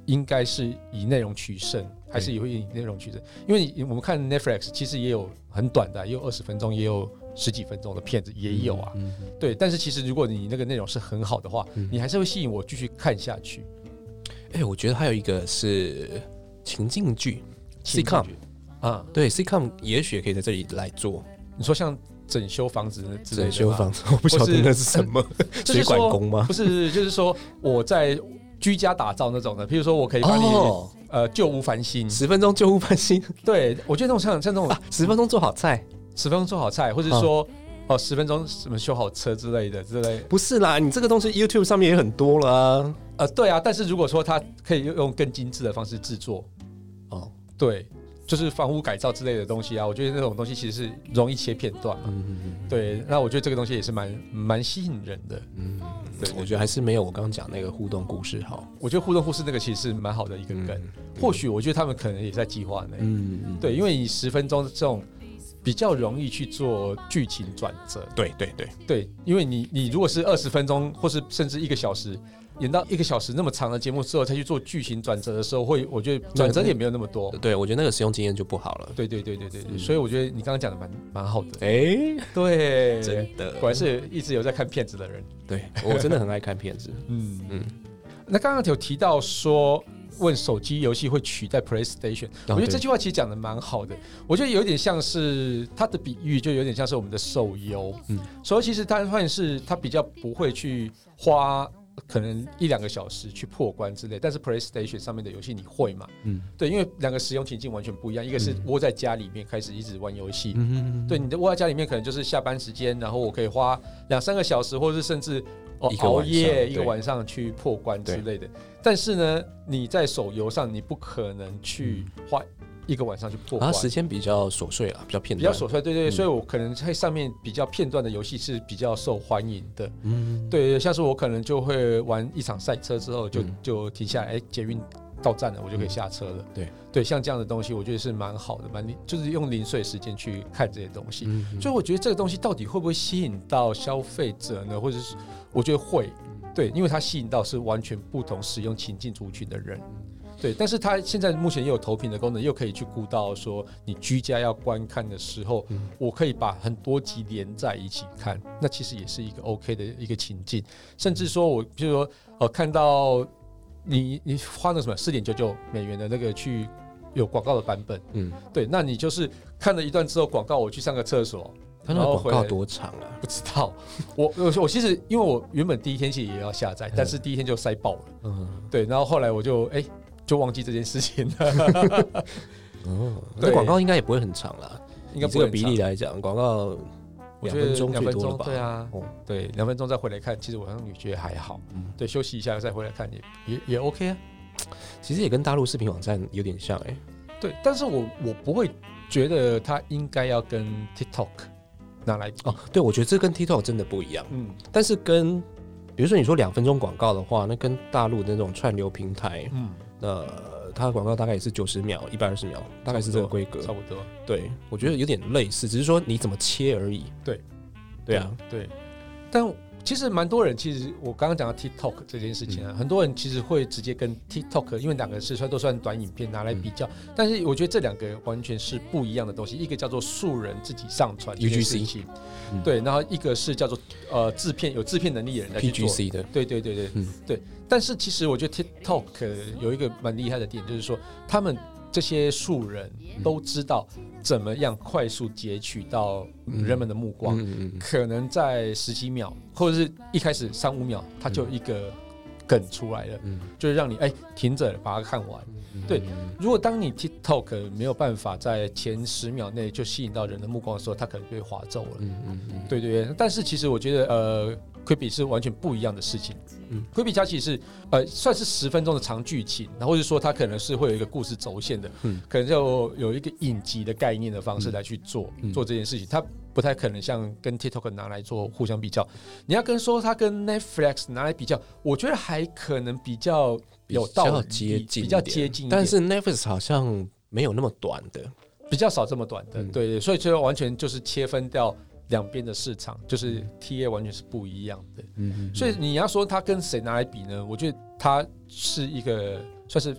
Speaker 2: 应该是以内容取胜，还是也会以内容取胜，因为你我们看 Netflix 其实也有很短的啊，也有二十分钟，也有十几分钟的片子也有啊。
Speaker 3: 嗯嗯
Speaker 2: 对，但是其实如果你那个内容是很好的话，
Speaker 3: 嗯
Speaker 2: 你还是会吸引我继续看下去。
Speaker 3: 哎、我觉得还有一个是情境剧 sitcom，
Speaker 2: 啊，
Speaker 3: 对 sitcom 也许也可以在这里来做
Speaker 2: 你说像整修房子之类的
Speaker 3: 整
Speaker 2: 吗
Speaker 3: 修，房子，我不晓得那是什么
Speaker 2: 就是
Speaker 3: 水管
Speaker 2: 说
Speaker 3: 工吗？
Speaker 2: 不是，就是说我在居家打造那种的，譬如说我可以把你、
Speaker 3: 哦，
Speaker 2: 呃旧屋翻新，
Speaker 3: 十分钟救护翻新
Speaker 2: 对我觉得那种像像那种
Speaker 3: 啊， 十分钟做好菜，
Speaker 2: 十分钟做好菜，或者说
Speaker 3: 嗯
Speaker 2: 哦十分钟什么修好车之类的之类的。
Speaker 3: 不是啦，你这个东西 YouTube 上面也很多了啊。
Speaker 2: 呃，对啊，但是如果说它可以用更精致的方式制作，
Speaker 3: 哦，
Speaker 2: 对，就是房屋改造之类的东西啊，我觉得那种东西其实是容易切片段嘛。
Speaker 3: 嗯嗯
Speaker 2: 对，那我觉得这个东西也是蛮蛮吸引人的。
Speaker 3: 嗯
Speaker 2: 对
Speaker 3: 嗯，我觉得还是没有我刚刚讲那个互动故事好。
Speaker 2: 我觉得互动互市那个其实是蛮好的一个
Speaker 3: 嗯
Speaker 2: 梗，或许我觉得他们可能也在计划内。
Speaker 3: 嗯嗯
Speaker 2: 对，因为你十分钟这种比较容易去做剧情转折。
Speaker 3: 对对对，
Speaker 2: 对，因为你你如果是二十分钟，或是甚至一个小时，演到一个小时那么长的节目之后，再去做剧情转折的时候，会我觉得转折点没有那么多。
Speaker 3: 对我觉得那个使用经验就不好了。
Speaker 2: 对对对对对对，
Speaker 3: 嗯
Speaker 2: 所以我觉得你刚刚讲的蛮蛮好的。
Speaker 3: 哎、
Speaker 2: 对，
Speaker 3: 真的，
Speaker 2: 果然是一直有在看片子的人。
Speaker 3: 对我真的很爱看 片子。
Speaker 2: 嗯
Speaker 3: 嗯
Speaker 2: 嗯。那刚刚有提到说，问手机游戏会取代 PlayStation，、
Speaker 3: 哦
Speaker 2: 我觉
Speaker 3: 对
Speaker 2: 得这句话其实讲的蛮好的。我觉得有点像是它的比喻，就有点像是我们的手游。
Speaker 3: 嗯
Speaker 2: 嗯，手游其实它算是它比较不会去花。可能一两个小时去破关之类，但是 PlayStation 上面的游戏你会吗？
Speaker 3: 嗯
Speaker 2: 对，因为两个使用情境完全不一样，一个是
Speaker 3: 嗯
Speaker 2: 窝在家里面开始一直玩游戏，
Speaker 3: 嗯嗯
Speaker 2: 对，你的窝在家里面可能就是下班时间，然后我可以花两三个小时，或者是甚至哦
Speaker 3: 一个
Speaker 2: 熬
Speaker 3: 晚上
Speaker 2: 夜一个
Speaker 3: 对
Speaker 2: 晚上去破关之
Speaker 3: 对
Speaker 2: 类的。但是呢，你在手游上你不可能去
Speaker 3: 嗯
Speaker 2: 花一个晚上去破
Speaker 3: 然
Speaker 2: 关
Speaker 3: 后。时间比较琐碎啊了，比较片
Speaker 2: 比较
Speaker 3: 段，
Speaker 2: 琐碎，对对，
Speaker 3: 嗯
Speaker 2: 所以我可能在上面比较片段的游戏是比较受欢迎的，
Speaker 3: 嗯，
Speaker 2: 对，像是我可能就会玩一场赛车之后就
Speaker 3: 嗯
Speaker 2: 就停下来，哎，捷运到站了，我就可以下车了。
Speaker 3: 对
Speaker 2: 对，像这样的东西，我觉得是蛮好的，蛮就是用零碎时间去看这些东西。
Speaker 3: 嗯，嗯
Speaker 2: 所以我觉得这个东西到底会不会吸引到消费者呢？或者是我觉得会，对，因为它吸引到是完全不同使用情境族群的人，对。但是它现在目前也有投屏的功能，又可以去顾到说你居家要观看的时候，
Speaker 3: 嗯
Speaker 2: 我可以把很多集连在一起看，那其实也是一个 OK 的一个情境。甚至说我，譬如说，呃，看到你你花了什么四点九九美元的那个去有广告的版本，
Speaker 3: 嗯，
Speaker 2: 对，那你就是看了一段之后广告，我去上个厕所。
Speaker 3: 它那
Speaker 2: 然
Speaker 3: 个
Speaker 2: 后
Speaker 3: 广
Speaker 2: 回
Speaker 3: 告
Speaker 2: 来
Speaker 3: 多长啊？
Speaker 2: 不知道，我我我其实因为我原本第一天其实也要下载，但是第一天就塞爆了，
Speaker 3: 嗯，
Speaker 2: 对，然后后来我就哎、就忘记这件事情了，
Speaker 3: 哦，那
Speaker 2: 对
Speaker 3: 广告应该也不会很长啦。
Speaker 2: 应该
Speaker 3: 以
Speaker 2: 不
Speaker 3: 这个
Speaker 2: 会
Speaker 3: 比例来讲，广告
Speaker 2: 很长，我
Speaker 3: 两
Speaker 2: 觉得
Speaker 3: 分钟
Speaker 2: 两
Speaker 3: 最
Speaker 2: 分
Speaker 3: 多了
Speaker 2: 钟
Speaker 3: 吧？
Speaker 2: 对啊
Speaker 3: 哦，
Speaker 2: 对，两分钟再回来看，其实我好像也觉得还好，
Speaker 3: 嗯
Speaker 2: 对，休息一下再回来看也也也 OK 啊，
Speaker 3: 其实也跟大陆视频网站有点像哎、
Speaker 2: 对，但是我我不会觉得它应该要跟 TikTok 拿来比，
Speaker 3: 哦，对，我觉得这跟 TikTok 真的不一样。
Speaker 2: 嗯
Speaker 3: 但是跟比如说你说两分钟广告的话，那跟大陆的那种串流平台，
Speaker 2: 嗯，
Speaker 3: 呃，它的广告大概也是九十秒、一百二十秒，大概是这个规格
Speaker 2: 差。不多，
Speaker 3: 对，我觉得有点类似，只是说你怎么切而已。
Speaker 2: 对，
Speaker 3: 对啊，
Speaker 2: 对，但其实蛮多人，其实我刚刚讲到 TikTok 这件事
Speaker 3: 嗯
Speaker 2: 情啊，很多人其实会直接跟 TikTok，因为两个是算都算短影片拿来比较，
Speaker 3: 嗯
Speaker 2: 但是我觉得这两个完全是不一样的东西，一个叫做素人自己上传
Speaker 3: UGC
Speaker 2: 这件事情
Speaker 3: 嗯
Speaker 2: 对，然后一个是叫做呃制片有制片能力的人来去做。
Speaker 3: ，PGC 的，
Speaker 2: 对对对对、
Speaker 3: 嗯
Speaker 2: 对，但是其实我觉得 TikTok 呃有一个蛮厉害的点，就是说他们这些素人
Speaker 3: 嗯
Speaker 2: 都知道怎么样快速截取到人们的目光，
Speaker 3: 嗯嗯嗯，
Speaker 2: 可能在十几秒，或者是一开始三五秒，它就有一个梗出来了，
Speaker 3: 嗯
Speaker 2: 就是让你哎、停着把它看完。对，如果当你 TikTok 没有办法在前十秒内就吸引到人的目光的时候，它可能被划走了。
Speaker 3: 嗯嗯嗯，
Speaker 2: 对对对，但是其实我觉得呃。q u i b i 是完全不一样的事情。
Speaker 3: 嗯
Speaker 2: 嗯 q u i b i 它其实是呃算是十分钟的长剧情，然后或者说它可能是会有一个故事轴线的，
Speaker 3: 嗯
Speaker 2: 可能就有一个影集的概念的方式来去做、
Speaker 3: 嗯
Speaker 2: 做这件事情，它不太可能像跟 TikTok 拿来做互相比较。你要跟说它跟 Netflix 拿来比较，我觉得还可能比较有
Speaker 3: 比
Speaker 2: 道
Speaker 3: 较
Speaker 2: 理，
Speaker 3: 接近一点，
Speaker 2: 比较接近一点，
Speaker 3: 但是 Netflix 好像没有那么短的。
Speaker 2: 比较少这么短的，
Speaker 3: 嗯
Speaker 2: 对对，所以就完全就是切分掉两边的市场，就是 TA 完全是不一样的。
Speaker 3: 嗯
Speaker 2: 所以你要说它跟谁拿来比呢？我觉得它是一个算是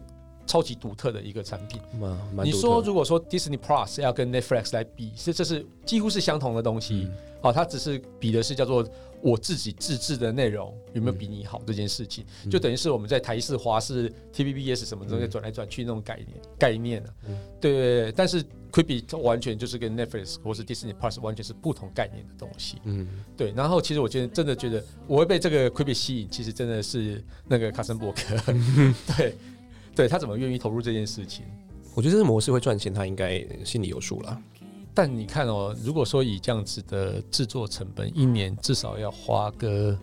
Speaker 2: 超级独特的一个产品。
Speaker 3: 蛮蛮
Speaker 2: 你
Speaker 3: 独
Speaker 2: 说
Speaker 3: 特的
Speaker 2: 如果说 Disney Plus 要跟 Netflix 来比，是这是几乎是相同的东西，
Speaker 3: 嗯
Speaker 2: 哦，它只是比的是叫做我自己自制的内容有没有比你好这件事情，
Speaker 3: 嗯
Speaker 2: 就等于是我们在台式、华式、TVBS 什么东西
Speaker 3: 嗯
Speaker 2: 转来转去那种概念概念啊
Speaker 3: 嗯
Speaker 2: 对对对，但是 Quibi 完全就是跟 Netflix 或是 Disney Plus 完全是不同概念的东西。
Speaker 3: 嗯，
Speaker 2: 对，然后其实我觉得真的觉得我会被这个 Quibi 吸引，其实真的是那个卡森伯格， 对，对他怎么愿意投入这件事情。
Speaker 3: 我觉得这个模式会赚钱，他应该心里有数啦。
Speaker 2: 但你看哦，如果说以这样子的制作成本，一年至少要花个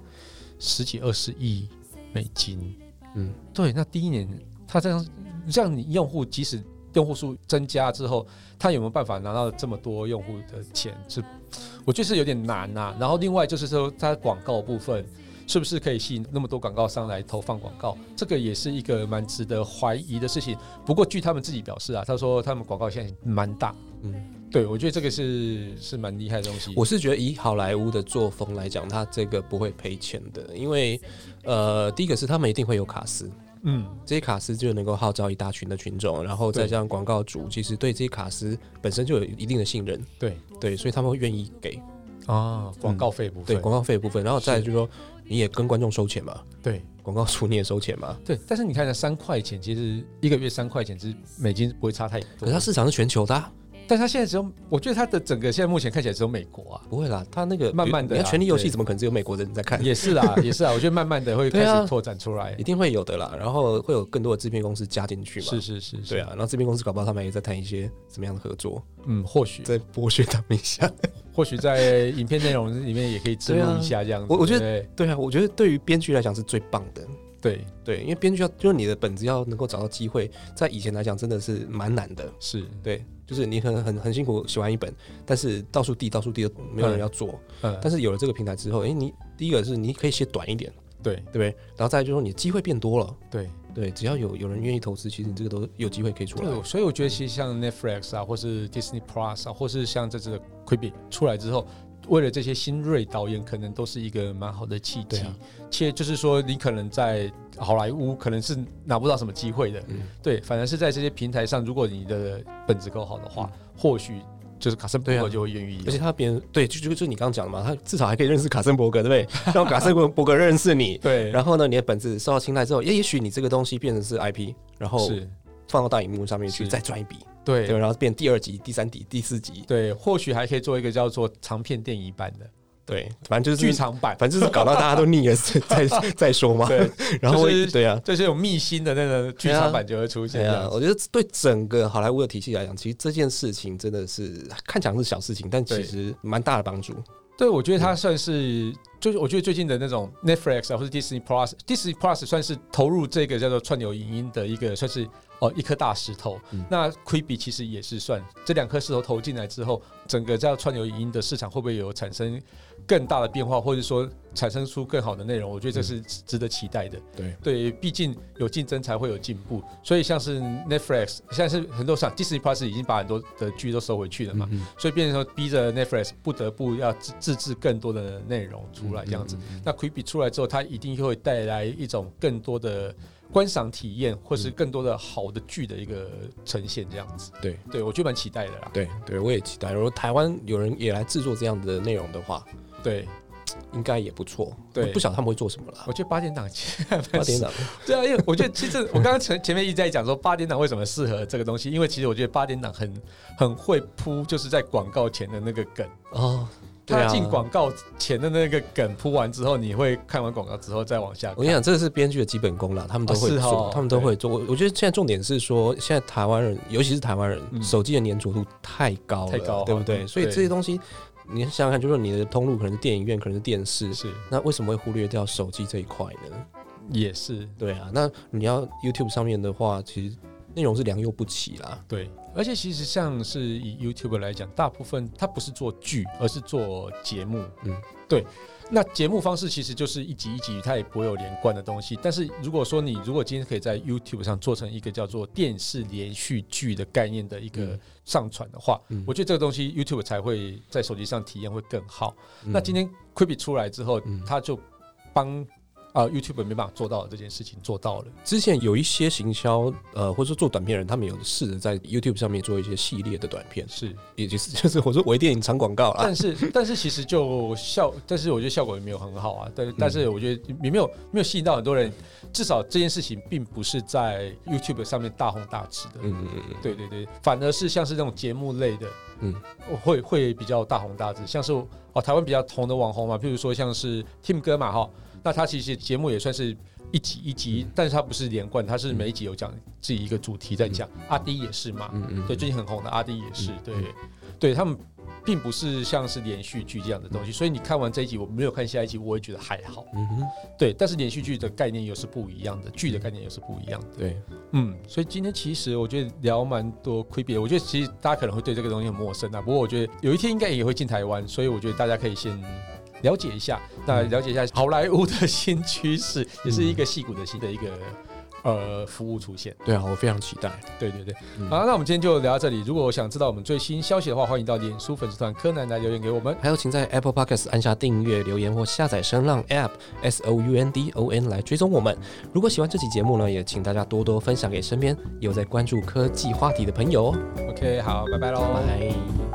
Speaker 2: 十几二十亿美金。
Speaker 3: 嗯，
Speaker 2: 对，那第一年他这样这样，你用户即使用户数增加之后，他有没有办法拿到这么多用户的钱？是，我觉得是有点难呐、然后另外就是说，它广告部分是不是可以吸引那么多广告商来投放广告？这个也是一个蛮值得怀疑的事情。不过据他们自己表示啊，他说他们广告现在蛮大。
Speaker 3: 嗯，
Speaker 2: 对，我觉得这个是是蛮厉害的东西。
Speaker 3: 我是觉得以好莱坞的作风来讲，他这个不会赔钱的，因为呃，第一个是他们一定会有卡司，
Speaker 2: 嗯，
Speaker 3: 这些卡司就能够号召一大群的群众，然后再
Speaker 2: 对
Speaker 3: 加上广告主其实对这些卡司本身就有一定的信任，
Speaker 2: 对
Speaker 3: 对，所以他们会愿意给
Speaker 2: 啊，广告费部分，
Speaker 3: 对广告费的部分，然后再来就是说你也跟观众收钱嘛，
Speaker 2: 对
Speaker 3: 广告主你也收钱嘛，
Speaker 2: 对但是你看，三块钱其实一个月三块钱，其实美金不会差太
Speaker 3: 可
Speaker 2: 多。
Speaker 3: 是它市场是全球的、啊，
Speaker 2: 但他现在只有，我觉得他的整个现在目前看起来只有美国啊，
Speaker 3: 不会啦，它那个
Speaker 2: 慢慢的啊
Speaker 3: 你看《权力游戏》
Speaker 2: 对
Speaker 3: 怎么可能只有美国人在看？
Speaker 2: 也是 啦，也是啊，我觉得慢慢的会开
Speaker 3: 对啊
Speaker 2: 始拓展出来
Speaker 3: 一。定会有的啦，然后会有更多的制片公司加进去嘛。
Speaker 2: 是是是，是
Speaker 3: 对啊，，然后制片公司搞不好他们也在谈一些什么样的合作，
Speaker 2: 嗯，或许
Speaker 3: 再剥削他们一下。
Speaker 2: 或许在影片内容里面也可以植入
Speaker 3: 对啊
Speaker 2: 一下这样子。
Speaker 3: 我我觉
Speaker 2: 得
Speaker 3: 对啊，我觉得对于编剧来讲是最棒的。
Speaker 2: 对，
Speaker 3: 对，因为编剧要就是你的本子要能够找到机会，在以前来讲真的是蛮难的。
Speaker 2: 是
Speaker 3: 对，就是你很很很辛苦写完一本，但是到处递到处递都没有人要做。
Speaker 2: 嗯，
Speaker 3: 但是有了这个平台之后，诶，你第一个是你可以写短一点，
Speaker 2: 对
Speaker 3: 对不对？然后再来就是说你的机会变多了，
Speaker 2: 对。
Speaker 3: 对，只要有有人愿意投资，其实你这个都有机会可以出来。
Speaker 2: 对，所以我觉得其实像 Netflix 啊，或是 Disney Plus 啊，或是像这次的 Quibi 出来之后，为了这些新锐导演，可能都是一个蛮好的契
Speaker 3: 对
Speaker 2: 机
Speaker 3: 啊。
Speaker 2: 且、就是说，你可能在好莱坞可能是拿不到什么机会的，
Speaker 3: 嗯
Speaker 2: 对，反而是在这些平台上，如果你的本子够好的
Speaker 3: 嗯
Speaker 2: 话，或许就是卡森伯
Speaker 3: 对啊
Speaker 2: 格就会愿意有。
Speaker 3: 而且他别人对，就就就你刚刚讲的嘛，他至少还可以认识卡森伯格，对不 对？让卡森伯格认识你，
Speaker 2: 对，
Speaker 3: 啊然后呢，你的本质受到青睐之后，也也许你这个东西变成是 IP，然后
Speaker 2: 是，
Speaker 3: 放到大荧幕上面去
Speaker 2: 是
Speaker 3: 再赚一笔，
Speaker 2: 对
Speaker 3: 对，然后变第二集、第三集、第四集，
Speaker 2: 对，或许还可以做一个叫做长片电影版的
Speaker 3: 对，反正就
Speaker 2: 剧
Speaker 3: 是
Speaker 2: 场版，
Speaker 3: 反正就是搞到大家都腻 了再再再说嘛。
Speaker 2: 对，
Speaker 3: 然后
Speaker 2: 就是
Speaker 3: 对啊，
Speaker 2: 就是有密辛的那个剧场版就会出现
Speaker 3: 对
Speaker 2: 这
Speaker 3: 啊
Speaker 2: 样，子。
Speaker 3: 我觉得对整个好莱坞的体系来讲，其实这件事情真的是看起来是小事情，但其
Speaker 2: 对
Speaker 3: 实蛮大的帮助。
Speaker 2: 对，我觉得它算是，就是我觉得最近的那种 Netflix 啊，或者 Disney Plus，Disney Plus 算是投入这个叫做串流影音的一个算是哦一颗大石头。
Speaker 3: 嗯
Speaker 2: 那 Quibi 其实也是算这两颗石头投进来之后，整个叫串流影音的市场会不会有产生更大的变化，或者说产生出更好的内容？我觉得这是值得期待的。
Speaker 3: 嗯对
Speaker 2: 对，毕竟有竞争才会有进步。所以像是 Netflix，像是很多像 Disney Plus 已经把很多的剧都收回去了嘛。
Speaker 3: 嗯
Speaker 2: 所以变成说逼着 Netflix 不得不要自自制更多的内容出来这样子。，
Speaker 3: 嗯
Speaker 2: 那 Quibi 出来之后，它一定会带来一种更多的观赏体验，或
Speaker 3: 嗯
Speaker 2: 是更多的好的剧的一个呈现这样子。
Speaker 3: 对
Speaker 2: 对，我觉得蛮期待的啦。
Speaker 3: 对对，我也期待，如果台湾有人也来制作这样的内容的话，
Speaker 2: 对，
Speaker 3: 应该也不错。
Speaker 2: 对
Speaker 3: 我不晓得他们会做什么 了。
Speaker 2: 我觉得八点档其实
Speaker 3: 八点档，
Speaker 2: 对啊，因为我觉得其实我刚刚前前面一直在讲说八点档为什么适合这个东西，因为其实我觉得八点档很很会铺，就是在广告前的那个梗。
Speaker 3: 哦，对
Speaker 2: 他
Speaker 3: 啊
Speaker 2: 进广告前的那个梗铺完之后，你会看完广告之后再往下
Speaker 3: 我跟
Speaker 2: 看
Speaker 3: 你。讲，这是编剧的基本功啦，他们都会
Speaker 2: 哦是
Speaker 3: 做，
Speaker 2: 哦
Speaker 3: 他们都会做。我我觉得现在重点是说，现在台湾人，尤其是台湾人，
Speaker 2: 嗯
Speaker 3: 手机的粘着度太高了，
Speaker 2: 太高了
Speaker 3: 对不对？
Speaker 2: 嗯
Speaker 3: 所以这
Speaker 2: 对
Speaker 3: 些东西，你想想看，就是说你的通路可能是电影院，可能是电视，
Speaker 2: 是
Speaker 3: 那为什么会忽略掉手机这一块呢？
Speaker 2: 也是
Speaker 3: 对啊，那你要 YouTube 上面的话，其实内容是良莠不齐啦。
Speaker 2: 对，而且其实像是以 YouTube 来讲，大部分它不是做剧，而是做节目。
Speaker 3: 嗯
Speaker 2: 嗯，对。那节目方式其实就是一集一集，它也不会有连贯的东西。但是如果说你如果今天可以在 YouTube 上做成一个叫做电视连续剧的概念的一个
Speaker 3: 嗯
Speaker 2: 上传的话，
Speaker 3: 嗯
Speaker 2: 我觉得这个东西 YouTube 才会在手机上体验会更好。那今
Speaker 3: 天
Speaker 2: 天 Quibi 出来之后
Speaker 3: 嗯，
Speaker 2: 它就帮啊、呃 YouTube 没办法做到的这件事情做到了。
Speaker 3: 之前有一些行销，呃，或者说做短片人，他们有试着在 YouTube 上面做一些系列的短片，
Speaker 2: 是，
Speaker 3: 也就是 就是我说微电影长广告啦。
Speaker 2: 但是但是其实就效，但是我觉得效果也没有很好啊。但但是我觉得也没有没有吸引到很多人，至少这件事情并不是在 YouTube 上面大红大紫的。
Speaker 3: 嗯嗯嗯嗯，
Speaker 2: 对对对，反而是像是那种节目类的，
Speaker 3: 嗯
Speaker 2: 嗯，会会比较大红大紫，像是哦台湾比较红的网红嘛，譬如说像是 Tim 哥嘛哈，那他其实节目也算是一集一集，
Speaker 3: 嗯
Speaker 2: 但是他不是连贯，他是每一集有讲自己一个主题在讲，阿迪也是嘛，
Speaker 3: 嗯嗯，
Speaker 2: 对，最近很红的阿弟也是
Speaker 3: 嗯，
Speaker 2: 对
Speaker 3: 嗯，
Speaker 2: 对他们并不是像是连续剧这样的东西，所以你看完这一集，我没有看下一集，我也觉得还好，
Speaker 3: 嗯哼，
Speaker 2: 对，但是连续剧的概念又是不一样的，剧的概念又是不一样的，
Speaker 3: 对，
Speaker 2: 嗯，所以今天其实我觉得聊蛮多 q u i b i 我觉得其实大家可能会对这个东西很陌生啊，不过我觉得有一天应该也会进台湾，所以我觉得大家可以先。了解一下，那了解一下好莱坞的新趋势，也是一个戏骨的新的一个呃服务出现。
Speaker 3: 对啊，我非常期待。
Speaker 2: 对对对，
Speaker 3: 嗯
Speaker 2: 好，那我们今天就聊到这里。如果想知道我们最新消息的话，欢迎到脸书粉丝团柯南来留言给我们。
Speaker 3: 还有，请在 Apple Podcast 按下订阅、留言或下载声浪 App S O U N D O N 来追踪我们。如果喜欢这期节目呢，也请大家多多分享给身边有在关注科技话题的朋友哦。
Speaker 2: OK，好，拜拜喽。
Speaker 3: 拜。